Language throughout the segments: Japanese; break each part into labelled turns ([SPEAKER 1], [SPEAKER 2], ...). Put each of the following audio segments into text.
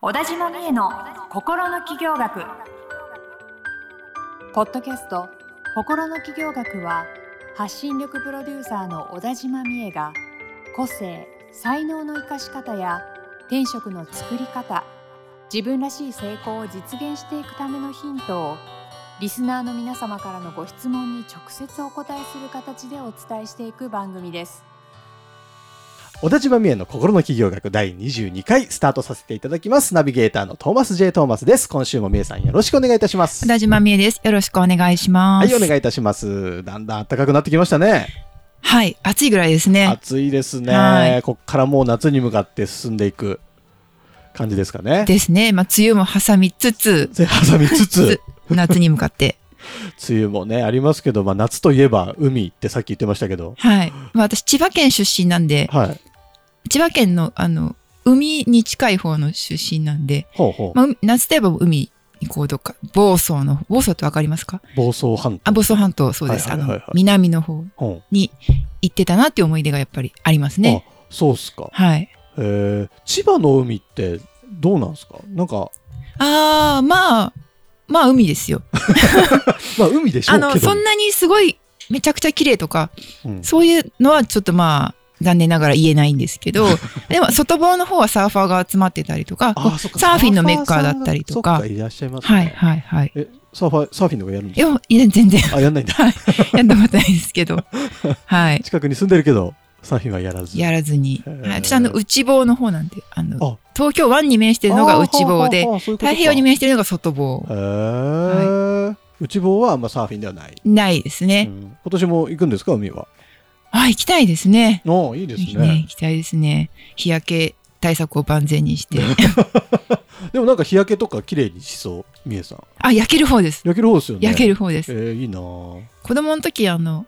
[SPEAKER 1] 小田島美恵の心の企業学ポッドキャスト心の企業学は発信力プロデューサーの小田島美恵が個性才能の生かし方や転職の作り方自分らしい成功を実現していくためのヒントをリスナーの皆様からのご質問に直接お答えする形でお伝えしていく番組です
[SPEAKER 2] 小田島美恵の心の企業学第22回スタートさせていただきます。ナビゲーターのトーマス J. トーマスです。今週も美恵さんよろしくお願いいたします。
[SPEAKER 3] 田島美恵です。よろしくお願いしま
[SPEAKER 2] は
[SPEAKER 3] す。
[SPEAKER 2] い、お願いいたします。だんだん暖かくなってきましたね。
[SPEAKER 3] はい暑いぐらいですね。
[SPEAKER 2] 暑いです
[SPEAKER 3] は
[SPEAKER 2] ね。こっからもう夏に向かって進んでいく感じですかね。
[SPEAKER 3] ですね。まあ、梅雨も挟みつつ、
[SPEAKER 2] で、挟みつつ、
[SPEAKER 3] 夏に向か って。
[SPEAKER 2] 梅雨もね、ありますけど、まあ夏といえば海ってさっき言ってましたけど、
[SPEAKER 3] はい。まあ、私、千葉県出身なんで、
[SPEAKER 2] はい。
[SPEAKER 3] 千葉県の、あの、海に近い方の出身なんで、
[SPEAKER 2] ほうほう。
[SPEAKER 3] まあ、海夏といえば海にこう、どっか、房総の、房総ってわかりますか
[SPEAKER 2] 房総半
[SPEAKER 3] あ、
[SPEAKER 2] 島。
[SPEAKER 3] 房総半島、そうです。
[SPEAKER 2] は
[SPEAKER 3] あ
[SPEAKER 2] いはいはいはい
[SPEAKER 3] の、南の方
[SPEAKER 2] うん
[SPEAKER 3] に行ってたなっていう思い出がやっぱりありますね。
[SPEAKER 2] あ、そうっすか。
[SPEAKER 3] はい。
[SPEAKER 2] えー、千葉の海ってどうなんですかなんか、
[SPEAKER 3] ああ、まあ、まあ、海ですよ。
[SPEAKER 2] まあ海でしょ
[SPEAKER 3] あ
[SPEAKER 2] うけども。
[SPEAKER 3] の、そんなにすごい、めちゃくちゃ綺麗とか、
[SPEAKER 2] うん
[SPEAKER 3] そういうのはちょっとまあ、残念ながら言えないんですけど、 でも外房の方はサーファーが集まってたりとか、
[SPEAKER 2] あそっか
[SPEAKER 3] サーフィンのメッカーだったりと
[SPEAKER 2] サー
[SPEAKER 3] か
[SPEAKER 2] ファーさんがそっいらっしゃいますね。
[SPEAKER 3] はいはいはい。
[SPEAKER 2] え、サーファー、サーフィンとかやるん
[SPEAKER 3] い
[SPEAKER 2] です
[SPEAKER 3] や、いや全然
[SPEAKER 2] かあ、やんないんだ。
[SPEAKER 3] やったことないですけ ど、はい。
[SPEAKER 2] 近くに住んでるけど、サーフィンはやらず。
[SPEAKER 3] やらずに。
[SPEAKER 2] へー
[SPEAKER 3] はい、私、あの、内房の方なんで、あの、
[SPEAKER 2] あ
[SPEAKER 3] 東京湾に面してるのが内房で
[SPEAKER 2] あ、ーそういうことか
[SPEAKER 3] 太平洋に面してるのが外房
[SPEAKER 2] へ。ー内房はあんまサーフィンではない。
[SPEAKER 3] ないです
[SPEAKER 2] う
[SPEAKER 3] ね。
[SPEAKER 2] ん今年も行くんですか、海は。
[SPEAKER 3] あ、行きたいですね。
[SPEAKER 2] おーいいです
[SPEAKER 3] いいね、
[SPEAKER 2] ね
[SPEAKER 3] 行。きたいですね。日焼け対策を万全 にして。
[SPEAKER 2] でもなんか日焼けとか綺麗にしそう、みえさん。
[SPEAKER 3] あ、焼ける方です。
[SPEAKER 2] 焼ける方ですよね。
[SPEAKER 3] 焼ける方です
[SPEAKER 2] え。ー、いいなぁ
[SPEAKER 3] 子供の時あの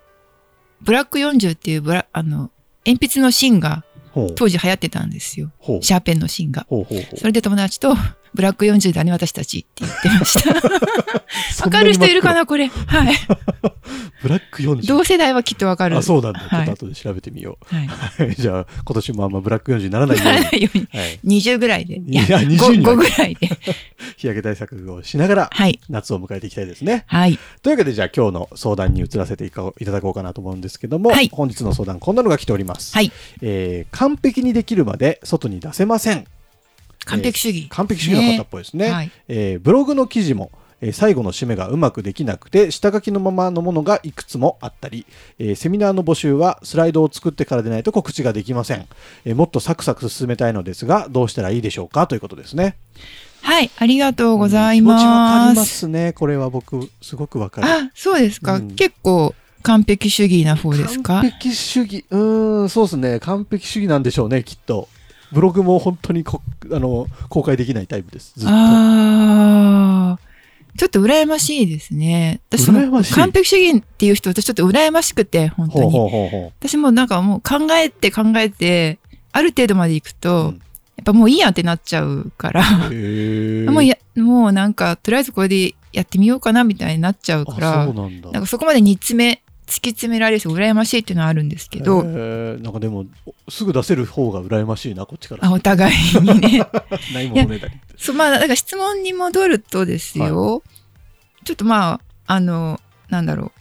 [SPEAKER 3] ブラック40っていうブラあの鉛筆の芯が
[SPEAKER 2] ほう。
[SPEAKER 3] 当時流行ってたんですよ
[SPEAKER 2] ほう。
[SPEAKER 3] シャーペンの芯が
[SPEAKER 2] ほうほうほ
[SPEAKER 3] それで友達と「ブラック40だね私たち」って言ってました
[SPEAKER 2] う。
[SPEAKER 3] わかる人いるか
[SPEAKER 2] そんなに真っ
[SPEAKER 3] なこれ はい
[SPEAKER 2] 黒ブラック40。
[SPEAKER 3] 同世代はきっとわかる
[SPEAKER 2] あ、そうなんだ。ちょ
[SPEAKER 3] は
[SPEAKER 2] っ
[SPEAKER 3] い
[SPEAKER 2] と後 で調べてみよ。
[SPEAKER 3] はいう
[SPEAKER 2] じゃあ、今年もあんまブラック40にならない
[SPEAKER 3] な
[SPEAKER 2] よう
[SPEAKER 3] ら
[SPEAKER 2] に
[SPEAKER 3] な。いように
[SPEAKER 2] はい、
[SPEAKER 3] 20ぐらいで
[SPEAKER 2] いや20には
[SPEAKER 3] 5, ぐらいで
[SPEAKER 2] 日焼け対策をしながら
[SPEAKER 3] はい
[SPEAKER 2] 夏を迎えていきたいですね。
[SPEAKER 3] はい
[SPEAKER 2] というわけでじゃあ今日の相談に移らせていこういただこうかなと思うんですけども、
[SPEAKER 3] はい
[SPEAKER 2] 本日の相談こんなのが来ております、
[SPEAKER 3] はい
[SPEAKER 2] えー完璧にできるまで外に出せません。
[SPEAKER 3] 完璧主義、
[SPEAKER 2] 完璧主義の方っぽいですね。
[SPEAKER 3] はい
[SPEAKER 2] えーブログの記事も、えー最後の締めがうまくできなくて下書きのままのものがいくつもあったり、えーセミナーの募集はスライドを作ってからでないと告知ができません、えーもっとサクサク進めたいのですがどうしたらいいでしょうかということですね。
[SPEAKER 3] はい、ありがとうござい
[SPEAKER 2] うん気持ちわか
[SPEAKER 3] ま
[SPEAKER 2] り
[SPEAKER 3] す,、
[SPEAKER 2] ますね。これは僕、すごくわかる。
[SPEAKER 3] あそうですか、
[SPEAKER 2] うん
[SPEAKER 3] 結構完璧主義な方ですか
[SPEAKER 2] 完璧主義。うーん、そうですね。完璧主義なんでしょうね、きっと。ブログも本当にこあの公開できないタイプです。ずっと。
[SPEAKER 3] ああ。ちょっと羨ましいですね。私その
[SPEAKER 2] 羨ましい
[SPEAKER 3] 完璧主義っていう人、私ちょっと羨ましくて、本当
[SPEAKER 2] ほう
[SPEAKER 3] に。
[SPEAKER 2] ほうほうほ
[SPEAKER 3] 私もなんかもう考えて考えて、ある程度まで行くと、
[SPEAKER 2] うん
[SPEAKER 3] やっぱもういいやってなっちゃうから、
[SPEAKER 2] う。へえ。
[SPEAKER 3] もうや、もうなんか、とりあえずこれでやってみようかなみたいになっちゃうか
[SPEAKER 2] あ
[SPEAKER 3] ら、
[SPEAKER 2] そうなんだ。
[SPEAKER 3] なんかそこまで煮詰め、突き詰められる人、羨ましいっていうのはあるんですけど、
[SPEAKER 2] へーなんかでも、おすぐ出せる方が羨ましいな、こっちから
[SPEAKER 3] あ。お互いにね。
[SPEAKER 2] ないものねだりって。
[SPEAKER 3] そう、まあ、だから質問に戻るとですよ、ちょっとまあ、あの、なんだろう。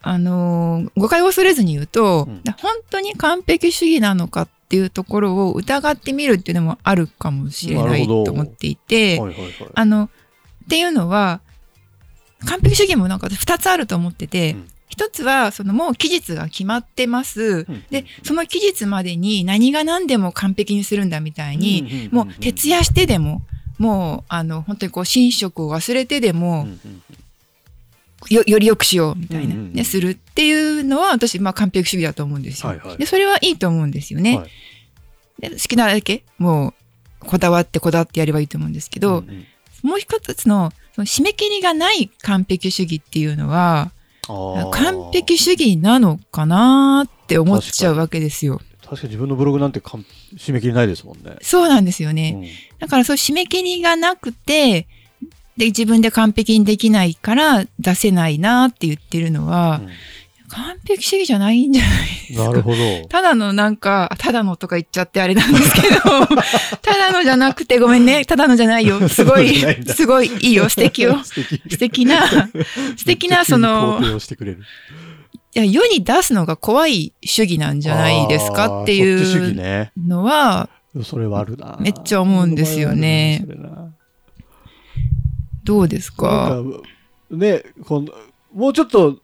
[SPEAKER 3] あの、誤解を恐れずに言うと、
[SPEAKER 2] うん
[SPEAKER 3] 本当に完璧主義なのかっていうところを疑ってみるっていうのもあるかもしれ
[SPEAKER 2] な
[SPEAKER 3] な
[SPEAKER 2] る
[SPEAKER 3] い
[SPEAKER 2] ほど
[SPEAKER 3] と思っていて、
[SPEAKER 2] はいはいはい。
[SPEAKER 3] あの、っていうのは、完璧主義もなんか2つあると思ってて、
[SPEAKER 2] うん
[SPEAKER 3] 一つは、そのもう期日が決まってます。
[SPEAKER 2] うん
[SPEAKER 3] で、その期日までに何が何でも完璧にするんだみたいに、もう徹。夜してでも、もう、あの、本当にこう、寝食を忘れてで
[SPEAKER 2] うん
[SPEAKER 3] も
[SPEAKER 2] う、んうん
[SPEAKER 3] よ、より良くしよう、みたいな、
[SPEAKER 2] うんうんうん
[SPEAKER 3] ね、するっていうのは、私、まあ、完璧主義だと思うんですよ。
[SPEAKER 2] はいはい
[SPEAKER 3] で、それはいいと思うんですよね。
[SPEAKER 2] はい
[SPEAKER 3] で好きなだけ、もう、こだわってこだわってやればいいと思うんですけど、
[SPEAKER 2] うんうん
[SPEAKER 3] もう一つの、その締め切りがない完璧主義っていうのは、
[SPEAKER 2] あー
[SPEAKER 3] 完璧主義なのかなって思っちゃうわけですよ。
[SPEAKER 2] 確かに自分のブログなんて完締め切りないですもんね。
[SPEAKER 3] そうなんですよね。
[SPEAKER 2] うん
[SPEAKER 3] だからそう締め切りがなくて、で、自分で完璧にできないから出せないなって言ってるのは、
[SPEAKER 2] うん
[SPEAKER 3] 完璧主義じゃないんじゃない ですか。
[SPEAKER 2] なるほど。
[SPEAKER 3] ただのなんか、あただのとか言っちゃってあれなんですけ ど、ただのじゃなくてごめんね、ただのじゃな いよ。すごい
[SPEAKER 2] ただのじゃないん、だ
[SPEAKER 3] すごいいいよ、素 敵よ。
[SPEAKER 2] 素敵。
[SPEAKER 3] 素敵 な、素敵な、その、
[SPEAKER 2] 肯定をしてくれる。
[SPEAKER 3] いや世に出すのが怖い主義なんじゃないですかって
[SPEAKER 2] あーそっち主義
[SPEAKER 3] いう
[SPEAKER 2] ね。
[SPEAKER 3] のは、
[SPEAKER 2] それはあるな。
[SPEAKER 3] めっちゃ思うんですよね
[SPEAKER 2] それな
[SPEAKER 3] どうですか
[SPEAKER 2] なんかね、このもうちょっと、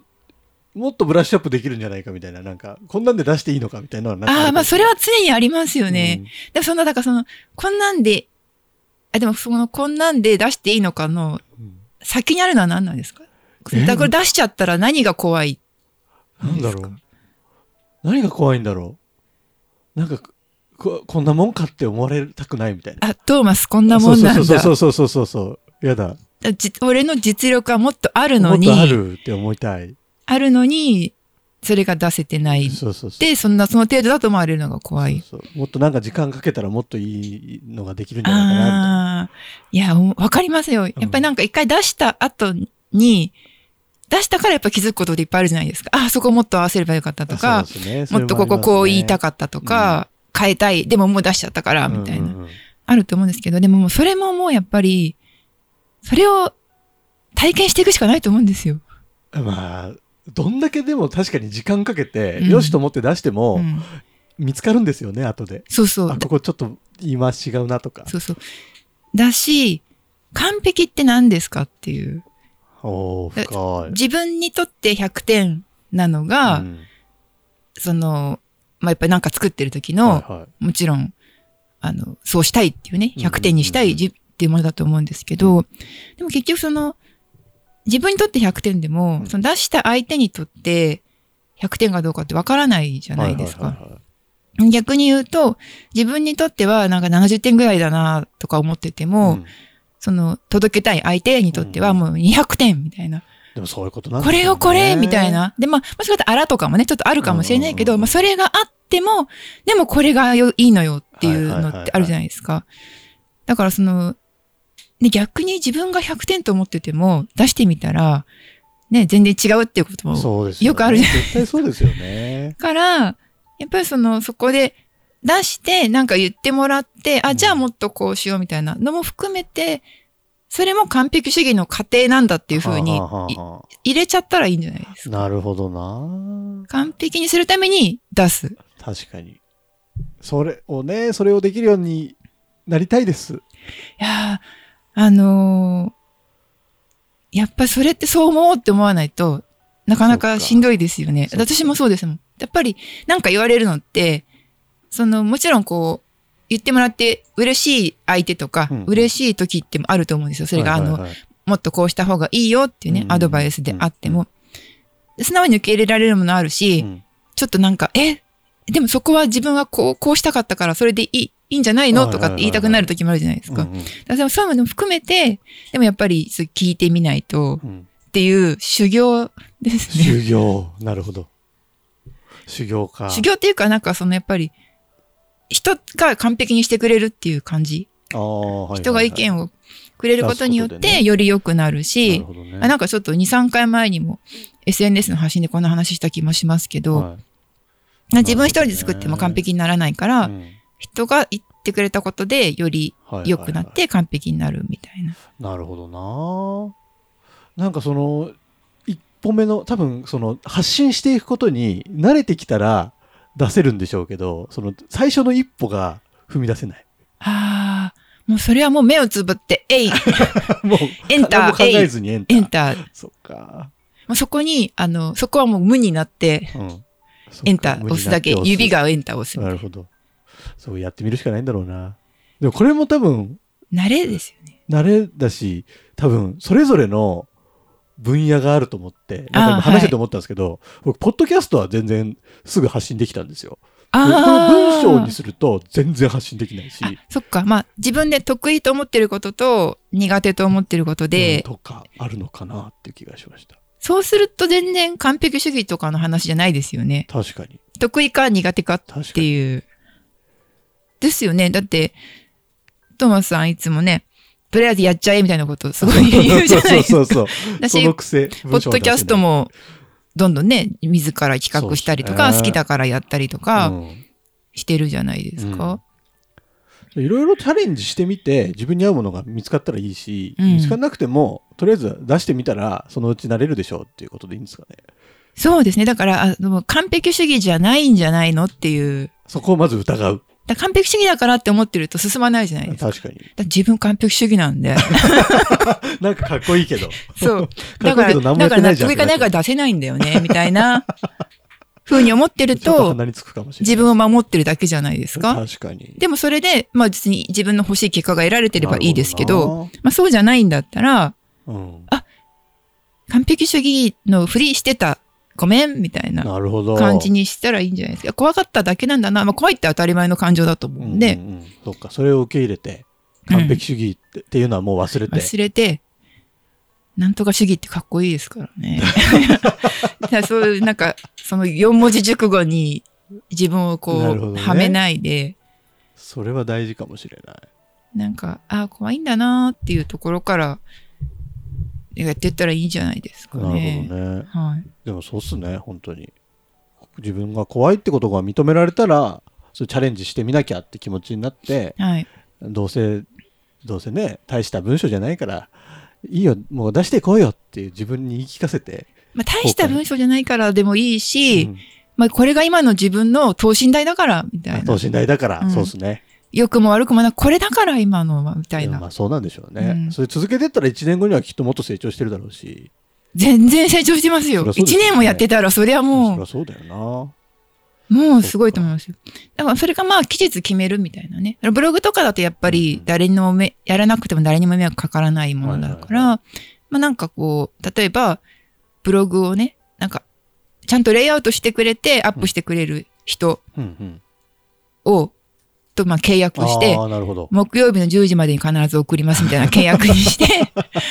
[SPEAKER 2] もっとブラッシュアップできるんじゃないかみたいな、なんか、こんなんで出していいのかみたいなのはなんか
[SPEAKER 3] ああ、まあそれ
[SPEAKER 2] は
[SPEAKER 3] は常にありますよね。。でもそんな、だからその、こんなんで、あ、でもその、こんなんで出していいのかの、
[SPEAKER 2] うん
[SPEAKER 3] 先にあるのは何なんですか
[SPEAKER 2] え
[SPEAKER 3] だからこれ出しちゃったら何が怖い
[SPEAKER 2] なんだろう。何が怖いんだろう。なんか、ここんなもんかって思われたくないみたいな。
[SPEAKER 3] あ、トーマスこんなもんなんだ。
[SPEAKER 2] そうそうそうそうそうそうそう。やだ。
[SPEAKER 3] だじ俺の実力はもっとある
[SPEAKER 2] も
[SPEAKER 3] の
[SPEAKER 2] っ
[SPEAKER 3] に、
[SPEAKER 2] とあ
[SPEAKER 3] あ
[SPEAKER 2] るって思いたい。
[SPEAKER 3] るのに、それが出せてない。
[SPEAKER 2] そうそうそう。
[SPEAKER 3] で、そんな、その程度だと思われるのが怖い。
[SPEAKER 2] そうもっとなんか時間かけたらもっといいのができるんじゃないかな
[SPEAKER 3] ああ、いや、おわかりますよ。やっぱりなんか一回出した後に、出したからやっぱ気づくことっていっぱいあるじゃないですか。ああ、そこもっと合わせればよかった
[SPEAKER 2] みた
[SPEAKER 3] と
[SPEAKER 2] いな。あ
[SPEAKER 3] か、
[SPEAKER 2] そうですねそ
[SPEAKER 3] も
[SPEAKER 2] れ
[SPEAKER 3] っとこここう言いたかったとか、変えたい。でももう出しちゃったから、
[SPEAKER 2] あり
[SPEAKER 3] み
[SPEAKER 2] ます
[SPEAKER 3] た
[SPEAKER 2] ね
[SPEAKER 3] いな。
[SPEAKER 2] うんうんうん
[SPEAKER 3] あると思うんですけど、でももうそれももうやっぱり、それを体験していくしかないと思うんですよ。
[SPEAKER 2] まあ、どんだけでも確かに時間かけて、
[SPEAKER 3] うん
[SPEAKER 2] よしと思って出しても、
[SPEAKER 3] うん、
[SPEAKER 2] 見つかるんですよね、後で。
[SPEAKER 3] そうそう
[SPEAKER 2] あ、。ここちょっと今違うなとか。
[SPEAKER 3] そうそう。だし、完璧って何ですかっていう。
[SPEAKER 2] おお深い。
[SPEAKER 3] 自分にとって100点なのが、
[SPEAKER 2] うん
[SPEAKER 3] その、まあ、やっぱりなんか作ってる時の、
[SPEAKER 2] はいはい
[SPEAKER 3] もちろん、あの、そうしたいっていうね、
[SPEAKER 2] うんうんうん
[SPEAKER 3] 100点にしたいじっていうものだと思うんですけど、でも結局その、自分にとって100点でも
[SPEAKER 2] う、ん
[SPEAKER 3] その出した相手にとって100点かどうかってわからないじゃないです
[SPEAKER 2] はいは
[SPEAKER 3] か。
[SPEAKER 2] いはいはい
[SPEAKER 3] 逆に言うと、自分にとってはなんか70点ぐらいだなとか思ってて
[SPEAKER 2] う
[SPEAKER 3] も、
[SPEAKER 2] ん
[SPEAKER 3] その、届けたい相手にとってはもう200点みたいな。
[SPEAKER 2] でもそういうことなん
[SPEAKER 3] こ
[SPEAKER 2] ですよ
[SPEAKER 3] れをこれみたい
[SPEAKER 2] ね。
[SPEAKER 3] な。で、まあ、もしかしたらあらとかもね、ちょっとあるかもしれないけ
[SPEAKER 2] うん
[SPEAKER 3] ど、
[SPEAKER 2] うんうん
[SPEAKER 3] まあ、それがあっても、でもこれがよいいのよっていう
[SPEAKER 2] はいは
[SPEAKER 3] の
[SPEAKER 2] いはいは
[SPEAKER 3] っ
[SPEAKER 2] い
[SPEAKER 3] てあるじゃないですか。だからその、ね、逆に自分が100点と思ってても、出してみたら、ね、全然違うっていうことも。
[SPEAKER 2] そうですね
[SPEAKER 3] よくあるじゃない
[SPEAKER 2] 絶対そうですよ ね。
[SPEAKER 3] から、やっぱりその、そこで出して、なんか言ってもらって、
[SPEAKER 2] う
[SPEAKER 3] あ、
[SPEAKER 2] ん
[SPEAKER 3] じゃあもっとこうしようみたいなのも含めて、それも完璧主義の過程なんだっていうふうに
[SPEAKER 2] はあはあはあはあ
[SPEAKER 3] い入れちゃったらいいんじゃないですか。
[SPEAKER 2] なるほどな。
[SPEAKER 3] 完璧にするために出す。
[SPEAKER 2] 確かに。それをね、それをできるようになりたいです。
[SPEAKER 3] いやー、あのーやっぱそれってそう思おうって思わないとなかな
[SPEAKER 2] そう
[SPEAKER 3] か
[SPEAKER 2] か
[SPEAKER 3] しんどいですよね。
[SPEAKER 2] そうか
[SPEAKER 3] 私もそうですもん。やっぱりなんか言われるのって、そのもちろんこう、言ってもらって嬉しい相手とか、
[SPEAKER 2] うん
[SPEAKER 3] 嬉しい時ってもあると思うんですよ。それが、
[SPEAKER 2] はい
[SPEAKER 3] あ
[SPEAKER 2] はい
[SPEAKER 3] の、
[SPEAKER 2] はい
[SPEAKER 3] もっとこうした方がいいよっていうね、
[SPEAKER 2] うんうん
[SPEAKER 3] アドバイスであっても、素直に受け入れられるものあるし、
[SPEAKER 2] うん
[SPEAKER 3] ちょっとなんか、え、でもそこは自分はこう、こうしたかったからそれでいい、いいんじゃないのとかって言いたくなる時もあるじゃないですか。
[SPEAKER 2] うんうん
[SPEAKER 3] だからでもそういうのも含めて、でもやっぱりそう聞いてみないと
[SPEAKER 2] うん
[SPEAKER 3] っていう修行ですね。
[SPEAKER 2] 修行。なるほど。修行か。
[SPEAKER 3] 修行っていうかなんかそのやっぱり人が完璧にしてくれるっていう感じ。
[SPEAKER 2] あーはいはいはい
[SPEAKER 3] 人が意見をくれることによっ
[SPEAKER 2] 出すことで
[SPEAKER 3] てより良くなる
[SPEAKER 2] な
[SPEAKER 3] し
[SPEAKER 2] る、ほどね
[SPEAKER 3] あなんかちょっと2、3回前にも SNS の発信でこんな話した気もしますけど、
[SPEAKER 2] はい
[SPEAKER 3] な自分一人で作っても完璧にならないから、
[SPEAKER 2] うん
[SPEAKER 3] 人が言ってくれたことでより
[SPEAKER 2] はい
[SPEAKER 3] 良く
[SPEAKER 2] は
[SPEAKER 3] なっ
[SPEAKER 2] いは
[SPEAKER 3] て完璧になるみたいな。
[SPEAKER 2] いなるほどな。なんかその、一歩目の、多分その、発信していくことに慣れてきたら出せるんでしょうけど、その、最初の一歩が踏み出せない。
[SPEAKER 3] ああ、もうそれはもう目をつぶって、えい
[SPEAKER 2] もう、
[SPEAKER 3] エンター
[SPEAKER 2] 何も考えずにエンター。
[SPEAKER 3] エンター。も
[SPEAKER 2] そっか。
[SPEAKER 3] うそこに、あの、そこはもう無になって、
[SPEAKER 2] うん。
[SPEAKER 3] エンター押すだけ、
[SPEAKER 2] 無理な
[SPEAKER 3] 指。がエンターを押すみ
[SPEAKER 2] な
[SPEAKER 3] たい
[SPEAKER 2] るほど。そうやってみるしかないんだろうな。でもこれも多分、
[SPEAKER 3] な。慣れですよね。
[SPEAKER 2] 慣れだし、多分、それぞれの分野があると思って、
[SPEAKER 3] あー
[SPEAKER 2] なんか今話し
[SPEAKER 3] は
[SPEAKER 2] て
[SPEAKER 3] い
[SPEAKER 2] て思ったんですけど、僕、ポッドキャストは全然すぐ発信できたんですよ。でこ
[SPEAKER 3] あ
[SPEAKER 2] の
[SPEAKER 3] ー
[SPEAKER 2] 文章にすると全然発信できないし、
[SPEAKER 3] あそっか。まあ、自分で得意と思ってることと、苦手と思ってること
[SPEAKER 2] うん
[SPEAKER 3] で、
[SPEAKER 2] とかあるのかなっていう気がしました。
[SPEAKER 3] そうすると全然完璧主義とかの話じゃないですよね。
[SPEAKER 2] 確かに。
[SPEAKER 3] 得意か苦手かっ
[SPEAKER 2] 確か
[SPEAKER 3] て
[SPEAKER 2] に。
[SPEAKER 3] いう。ですよね。だって、トーマスさんいつもね、とりあえずやっ ちゃえみたいなことすごい言うじゃない
[SPEAKER 2] そうそ
[SPEAKER 3] ですか。
[SPEAKER 2] うそうそう。
[SPEAKER 3] 私
[SPEAKER 2] その癖、
[SPEAKER 3] ポッドキャストも、どんどんね、自ら企画したりと
[SPEAKER 2] そう
[SPEAKER 3] か、
[SPEAKER 2] ですね
[SPEAKER 3] 好きだからやったりと
[SPEAKER 2] う
[SPEAKER 3] か
[SPEAKER 2] ん
[SPEAKER 3] してるじゃないですか。
[SPEAKER 2] いろいろチャレンジしてみて自分に合うものが見つかったらいいし、
[SPEAKER 3] うん
[SPEAKER 2] 見つからなくてもとりあえず出してみたらそのうち慣れるでしょうっていうことでいいんですかね
[SPEAKER 3] そうですね。だから、あでも完璧主義じゃないんじゃないのっていう。
[SPEAKER 2] そこをまず疑う
[SPEAKER 3] だから完璧主義だからって思ってると進まないじゃないですか。
[SPEAKER 2] 確かに
[SPEAKER 3] だって自分完璧主義な んで。
[SPEAKER 2] なんかかっこいいけど
[SPEAKER 3] そう。
[SPEAKER 2] か
[SPEAKER 3] だ
[SPEAKER 2] っこい
[SPEAKER 3] か
[SPEAKER 2] い
[SPEAKER 3] ら、
[SPEAKER 2] けど何もやっ
[SPEAKER 3] だか
[SPEAKER 2] て
[SPEAKER 3] ら
[SPEAKER 2] ない
[SPEAKER 3] 納
[SPEAKER 2] じゃん
[SPEAKER 3] 得いかないから出せないんだよね、みた いな、ふうに思ってる
[SPEAKER 2] ちょっと
[SPEAKER 3] と、
[SPEAKER 2] 鼻につくかもしれない
[SPEAKER 3] 自分を守ってるだけじゃないですか。
[SPEAKER 2] 確かに
[SPEAKER 3] でもそれで、まあ別に自分の欲しい結果が得られてればいいですけど、
[SPEAKER 2] なる
[SPEAKER 3] まあそうじゃないんだったら、
[SPEAKER 2] ほどなうん
[SPEAKER 3] 完璧主義のふりしてた、ごめん、みたいな
[SPEAKER 2] なるほど
[SPEAKER 3] 感じにしたらいいんじゃないですか。怖かっただけなんだな。まあ怖いって当たり前の感情だと思うんで、
[SPEAKER 2] うんうんうんそっかそれを受け入れて完璧主義って,、っていうのはもう忘れて
[SPEAKER 3] 忘れて、なんとか主義ってかっこいいですからね。 だからそういう、なんか、その4文字熟語に自分をこ
[SPEAKER 2] なるほど
[SPEAKER 3] う、
[SPEAKER 2] ね
[SPEAKER 3] はめないで、
[SPEAKER 2] それは大事かもしれない
[SPEAKER 3] なんか、ああ、怖いんだなーっていうところから、やってったらいいんじゃないですか
[SPEAKER 2] なる
[SPEAKER 3] ね。
[SPEAKER 2] ほどね
[SPEAKER 3] はい。
[SPEAKER 2] でもそうっすね本当に自分が怖いってことが認められたらそうチャレンジしてみなきゃって気持ちになって
[SPEAKER 3] はい。
[SPEAKER 2] どうせどうせね大した文章じゃないからいいよもう出していこうよっていう自分に言い聞かせて、
[SPEAKER 3] まあ、大した文章じゃないからでもいいうし、
[SPEAKER 2] ん
[SPEAKER 3] まあ、これが今の自分の等身大だから、みたい
[SPEAKER 2] 等
[SPEAKER 3] な。
[SPEAKER 2] 身大だから、
[SPEAKER 3] うん
[SPEAKER 2] そうですね
[SPEAKER 3] 良くも悪くもなく、これだから今のは、みたい
[SPEAKER 2] でもま
[SPEAKER 3] な。
[SPEAKER 2] あそうなんでしょうね、
[SPEAKER 3] うん
[SPEAKER 2] それ続けてったら1年後にはきっともっと成長してるだろうし
[SPEAKER 3] 全然成長してます
[SPEAKER 2] そ
[SPEAKER 3] よ。
[SPEAKER 2] りゃそうです
[SPEAKER 3] 一
[SPEAKER 2] よね
[SPEAKER 3] 年もやってたら、それは
[SPEAKER 2] そ
[SPEAKER 3] も
[SPEAKER 2] り
[SPEAKER 3] う
[SPEAKER 2] ゃ、そうだよ
[SPEAKER 3] もうすごいと思いますよ。だからそれかまあ期日決めるみたいなね。ブログとかだとやっぱり誰にもめ、やらなくても誰にも迷惑かからないものだ
[SPEAKER 2] は
[SPEAKER 3] か
[SPEAKER 2] いはい
[SPEAKER 3] ら、まあなんかこう、例えばブログをね、なんかちゃんとレイアウトしてくれてアップしてくれる人
[SPEAKER 2] なうんうん
[SPEAKER 3] を、とまあ契約して
[SPEAKER 2] あ、あなるほど
[SPEAKER 3] 木曜日の10時までに必ず送りますみたい な契約にして、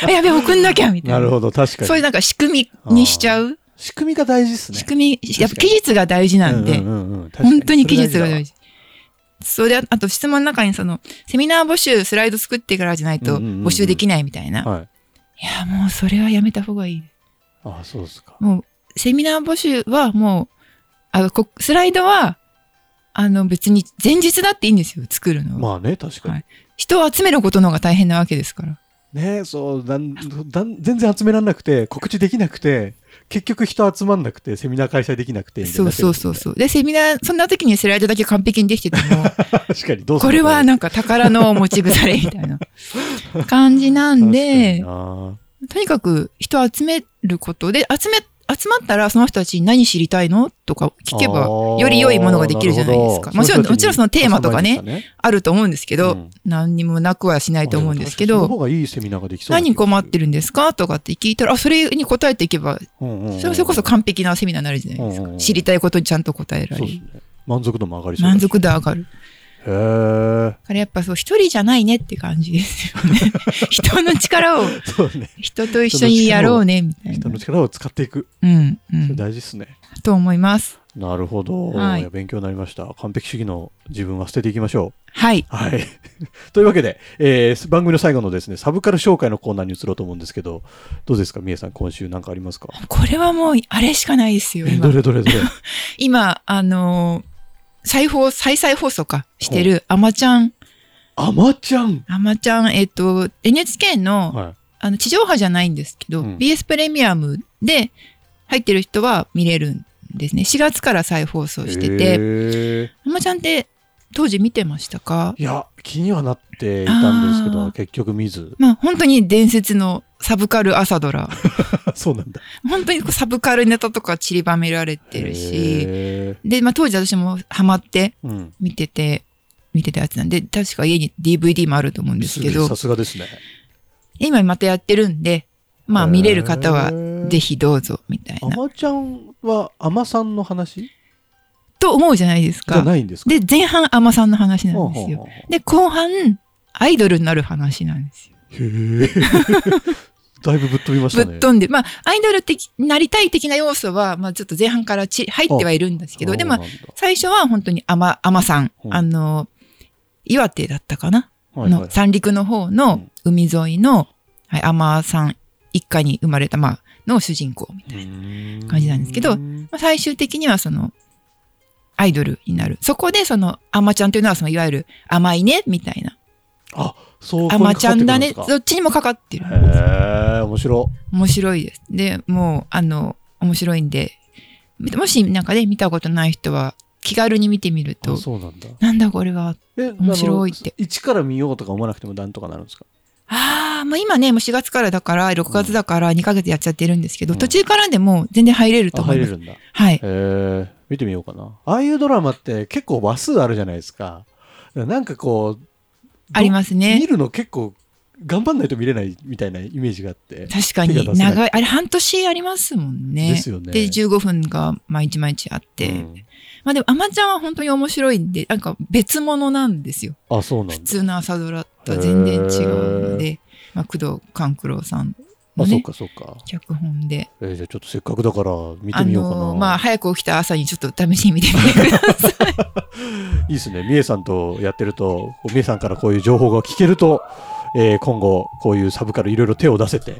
[SPEAKER 3] あやべえ送んなきゃみたいな。
[SPEAKER 2] なるほど確かに
[SPEAKER 3] そういうなんか仕組みにしちゃう。
[SPEAKER 2] 仕組みが大事ですね
[SPEAKER 3] 仕組み、
[SPEAKER 2] かに
[SPEAKER 3] やっぱ期日が大事なんで。
[SPEAKER 2] うんうんうんうん確か
[SPEAKER 3] 本当に技術が
[SPEAKER 2] それ
[SPEAKER 3] 大事。それで、あと質問の中にその、セミナー募集、スライド作ってからじゃないと
[SPEAKER 2] うんうんうんうん
[SPEAKER 3] 募集できないみたいな。
[SPEAKER 2] だわはい
[SPEAKER 3] いや、もうそれはやめた方がいい。
[SPEAKER 2] あそうですか
[SPEAKER 3] もう、セミナー募集はもう、あの、こスライドは、あの別に前日だっていいんですよ、作るのは。
[SPEAKER 2] まあね確かに、
[SPEAKER 3] はい人を集めることの方が大変なわけですから。
[SPEAKER 2] ねそうなんなん全然集められなくて告知できなくて結局人集まんなくてセミナー開催できなくてみたい
[SPEAKER 3] そ
[SPEAKER 2] にな
[SPEAKER 3] う
[SPEAKER 2] っちゃ
[SPEAKER 3] そうそうそう。で、セミナー、そんな時にスライドだけ完璧にできてて
[SPEAKER 2] う
[SPEAKER 3] も、
[SPEAKER 2] 確かにどうす
[SPEAKER 3] こ
[SPEAKER 2] る
[SPEAKER 3] れ
[SPEAKER 2] の
[SPEAKER 3] はなんか宝の持ち腐れみたいな感じなん
[SPEAKER 2] 確かに
[SPEAKER 3] で、
[SPEAKER 2] な
[SPEAKER 3] とにかく人を集めることで、集め、集まったらその人たちに何知りたいのとか聞け
[SPEAKER 2] あ
[SPEAKER 3] ば、
[SPEAKER 2] ー
[SPEAKER 3] より良いものができるじゃないですか
[SPEAKER 2] なるほど
[SPEAKER 3] もちろ
[SPEAKER 2] そうい
[SPEAKER 3] ん
[SPEAKER 2] う時に
[SPEAKER 3] もちろんそのテーマとかね
[SPEAKER 2] 挟まれてた
[SPEAKER 3] あると思うんですけど、
[SPEAKER 2] うん
[SPEAKER 3] 何にもなくはしないと思うんですけ
[SPEAKER 2] あでも確かにその
[SPEAKER 3] ど、
[SPEAKER 2] 方がいいセミナーができそうな気がす
[SPEAKER 3] 何
[SPEAKER 2] る
[SPEAKER 3] 困ってるんですかとかって聞いたら、あ、それに答えていけば、
[SPEAKER 2] うんうんうん
[SPEAKER 3] それそれこそ完璧なセミナーになるじゃないです
[SPEAKER 2] うんう
[SPEAKER 3] か
[SPEAKER 2] ん。
[SPEAKER 3] 知りたいことにちゃんと答えら
[SPEAKER 2] そ
[SPEAKER 3] れ
[SPEAKER 2] うです
[SPEAKER 3] る。
[SPEAKER 2] ね満足度も上がりそうだし
[SPEAKER 3] 満足度上がる。
[SPEAKER 2] へー
[SPEAKER 3] だからやっぱそう、一人じゃないねって感じです よね。人の力を、
[SPEAKER 2] そうね
[SPEAKER 3] 人と一緒にやろう ね、みたい
[SPEAKER 2] 人
[SPEAKER 3] な
[SPEAKER 2] の。力を使っていく
[SPEAKER 3] うん、う
[SPEAKER 2] それ
[SPEAKER 3] ん。
[SPEAKER 2] 大事ですね、
[SPEAKER 3] と思います。
[SPEAKER 2] なるほど、
[SPEAKER 3] はい
[SPEAKER 2] いや勉強になりました完璧主義の自分は捨てていきましょう
[SPEAKER 3] はい。
[SPEAKER 2] はい。 というわけで、えー番組の最後のですね、サブカル紹介のコーナーに移ろうと思うんですけど、どうですか、みえさん、今週なんかありますか
[SPEAKER 3] これはもう、あれしかないですよ、
[SPEAKER 2] え
[SPEAKER 3] 今
[SPEAKER 2] ど。れどれ どれ。
[SPEAKER 3] 今、あのー再放、再再放送か、してる、あまちゃん、
[SPEAKER 2] あまちゃん
[SPEAKER 3] あまちゃん、えっ、と、NHK の、
[SPEAKER 2] は
[SPEAKER 3] あの、地上波じゃないんですけど、
[SPEAKER 2] うん
[SPEAKER 3] BS プレミアムで入ってる人は見れるんですね。4月から再放送
[SPEAKER 2] い。
[SPEAKER 3] して
[SPEAKER 2] へ
[SPEAKER 3] て、
[SPEAKER 2] ー
[SPEAKER 3] あまちゃんって当時見てましたか
[SPEAKER 2] いや、気にはなっていたんですけ
[SPEAKER 3] あ
[SPEAKER 2] ど、
[SPEAKER 3] ー
[SPEAKER 2] 結局見 ず。
[SPEAKER 3] まあ、本当に伝説のサブカル朝 ドラ。
[SPEAKER 2] そうなんだ。
[SPEAKER 3] 本当にこうサブカルネタとか散りばめられてるし、
[SPEAKER 2] へ
[SPEAKER 3] で、まあ当時私もハマって
[SPEAKER 2] ーうん。
[SPEAKER 3] 見てて、見てたやつなんで、確か家に DVD もあると思うんですけど、
[SPEAKER 2] さすがですね。
[SPEAKER 3] 今またやってるんで、まあ見れる方はぜひどうぞみたい
[SPEAKER 2] あ
[SPEAKER 3] な。
[SPEAKER 2] まちゃんは、あまさんの話じ
[SPEAKER 3] と思うじゃないです
[SPEAKER 2] ゃ
[SPEAKER 3] か。
[SPEAKER 2] ないんですか
[SPEAKER 3] で、前半あまさんの話な
[SPEAKER 2] ほうん
[SPEAKER 3] で
[SPEAKER 2] ほ
[SPEAKER 3] す
[SPEAKER 2] うほ
[SPEAKER 3] よ。
[SPEAKER 2] うへ
[SPEAKER 3] で、後半、アイドルになる話なんですよ。
[SPEAKER 2] ーだいぶぶっ飛びまし
[SPEAKER 3] ぶ
[SPEAKER 2] た
[SPEAKER 3] っ
[SPEAKER 2] ね。
[SPEAKER 3] 飛んで、まあ、アイドル的、なりたい的な要素は、まあ、ちょっと前半からち入ってはいるんですけど、でも、
[SPEAKER 2] そうなんだ
[SPEAKER 3] 最初は本当に甘、甘さん、
[SPEAKER 2] うん
[SPEAKER 3] あの、岩手だったかな、
[SPEAKER 2] はいはい
[SPEAKER 3] の三陸の方
[SPEAKER 2] う
[SPEAKER 3] の
[SPEAKER 2] ん
[SPEAKER 3] 海沿いの、はい、甘さん一家に生まれた、まあ、の主人公みたいな。感じなんですけどまあ、最終的にはその、アイドルになる。そこでその、アマちゃんというのはその、いわゆる甘いね、みたいな。
[SPEAKER 2] あそう
[SPEAKER 3] アマちゃんだね。
[SPEAKER 2] ここ
[SPEAKER 3] どっちにもかかってる
[SPEAKER 2] に。かかってくるんですかへえ面白
[SPEAKER 3] 面白いです。で、もう、あの、面白いんで、もしなんかね、見たことない人は、気軽に見てみる
[SPEAKER 2] あ
[SPEAKER 3] と、
[SPEAKER 2] そうなんだ
[SPEAKER 3] なんだこれは。
[SPEAKER 2] え
[SPEAKER 3] 面白いって
[SPEAKER 2] あの一から見ようとか思わなくてもなんとかなるんですか
[SPEAKER 3] ああ、まあ今ね、もう4月からだから、6月だから2ヶ月やっちゃってるんですけど、
[SPEAKER 2] うん
[SPEAKER 3] 途中からでも全然入れると
[SPEAKER 2] あ
[SPEAKER 3] 思
[SPEAKER 2] 入
[SPEAKER 3] い
[SPEAKER 2] れ
[SPEAKER 3] ます。
[SPEAKER 2] るんだへ
[SPEAKER 3] はい。
[SPEAKER 2] え見てみようかなああいうドラマって結構話数あるじゃないですかなんかこう
[SPEAKER 3] あります
[SPEAKER 2] 見
[SPEAKER 3] ね。
[SPEAKER 2] るの結構頑張んないと見れないみたいなイメージがあって
[SPEAKER 3] 確か
[SPEAKER 2] 手が
[SPEAKER 3] に、
[SPEAKER 2] 出せない
[SPEAKER 3] 長い、あれ半年ありますもんね。
[SPEAKER 2] ですよね
[SPEAKER 3] で、15分が毎日毎日あって。
[SPEAKER 2] うん
[SPEAKER 3] まあでも、アマちゃんは本当に面白いんで、なんか別物なんですよ。
[SPEAKER 2] あそうなんだ
[SPEAKER 3] 普通の朝ドラとは全然違うの
[SPEAKER 2] へ
[SPEAKER 3] で、まあ、工藤官九郎さん
[SPEAKER 2] あ
[SPEAKER 3] の
[SPEAKER 2] そう
[SPEAKER 3] ね、
[SPEAKER 2] かそうか
[SPEAKER 3] 脚本で。
[SPEAKER 2] えーじゃあちょっとせっかくだから見てみようかな、
[SPEAKER 3] あのーまあ、早く起きた朝にちょっと試しに見てみてくださ い。
[SPEAKER 2] いいですね。みえさんとやってると、こうみえさんからこういう情報が聞けると、えー今後、こういうサブからいろいろ手を出せて、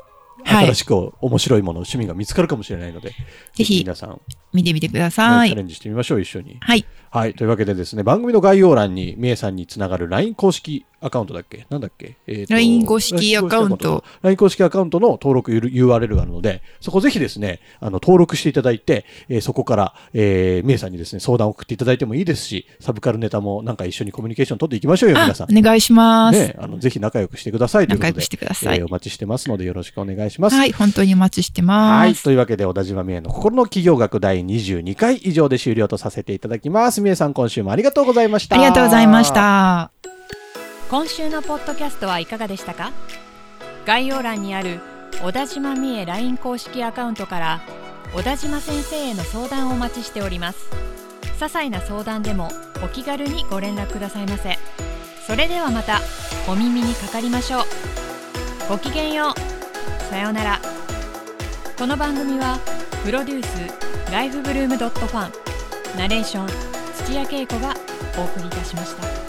[SPEAKER 3] はい
[SPEAKER 2] 新しく面白いもの、趣味が見つかるかもしれないので、
[SPEAKER 3] ひ
[SPEAKER 2] 皆さん、ね
[SPEAKER 3] 見てみてくださ
[SPEAKER 2] チャ
[SPEAKER 3] い。
[SPEAKER 2] レンジしてみましょう、一緒に。
[SPEAKER 3] はい。
[SPEAKER 2] はい。というわけでですね、番組の概要欄に、みえさんにつながる LINE 公式アカウントだっけなんだっけ、えーと
[SPEAKER 3] LINE 公式アカウン。ト。
[SPEAKER 2] LINE 公式アカウントの登録 URL があるので、そこぜひですね、あの、登録していただいて、えーそこから、えー、みえさんにですね、相談を送っていただいてもいいですし、サブカルネタもなんか一緒にコミュニケーション取っていきましょうよ、
[SPEAKER 3] あ
[SPEAKER 2] 皆さ、ん。
[SPEAKER 3] お願いします。
[SPEAKER 2] ね、あの、ぜひ仲良くしてくださいというこ
[SPEAKER 3] 仲
[SPEAKER 2] とで
[SPEAKER 3] 良くしてください
[SPEAKER 2] えーお待ちしてますので、よろしくお願いします。
[SPEAKER 3] はい。本当にお待ちして
[SPEAKER 2] は
[SPEAKER 3] ま
[SPEAKER 2] い。
[SPEAKER 3] す。
[SPEAKER 2] というわけで、小田島みえの心の企業学第22回以上で終了とさせていただきます。みえさん、今週もありがとうございました。
[SPEAKER 3] ありがとうございまし。た。
[SPEAKER 1] 今週のポッドキャストはいかがでしたか概要欄にある小田島美恵 LINE 公式アカウントから小田島先生への相談をお待ちしております些細な相談でもお気軽にご連絡くださいませそれではまたお耳にかかりましょうごきげんようさようならこの番組はプロデュースライフブルームドットファンナレーション土屋恵子がお送りいたしました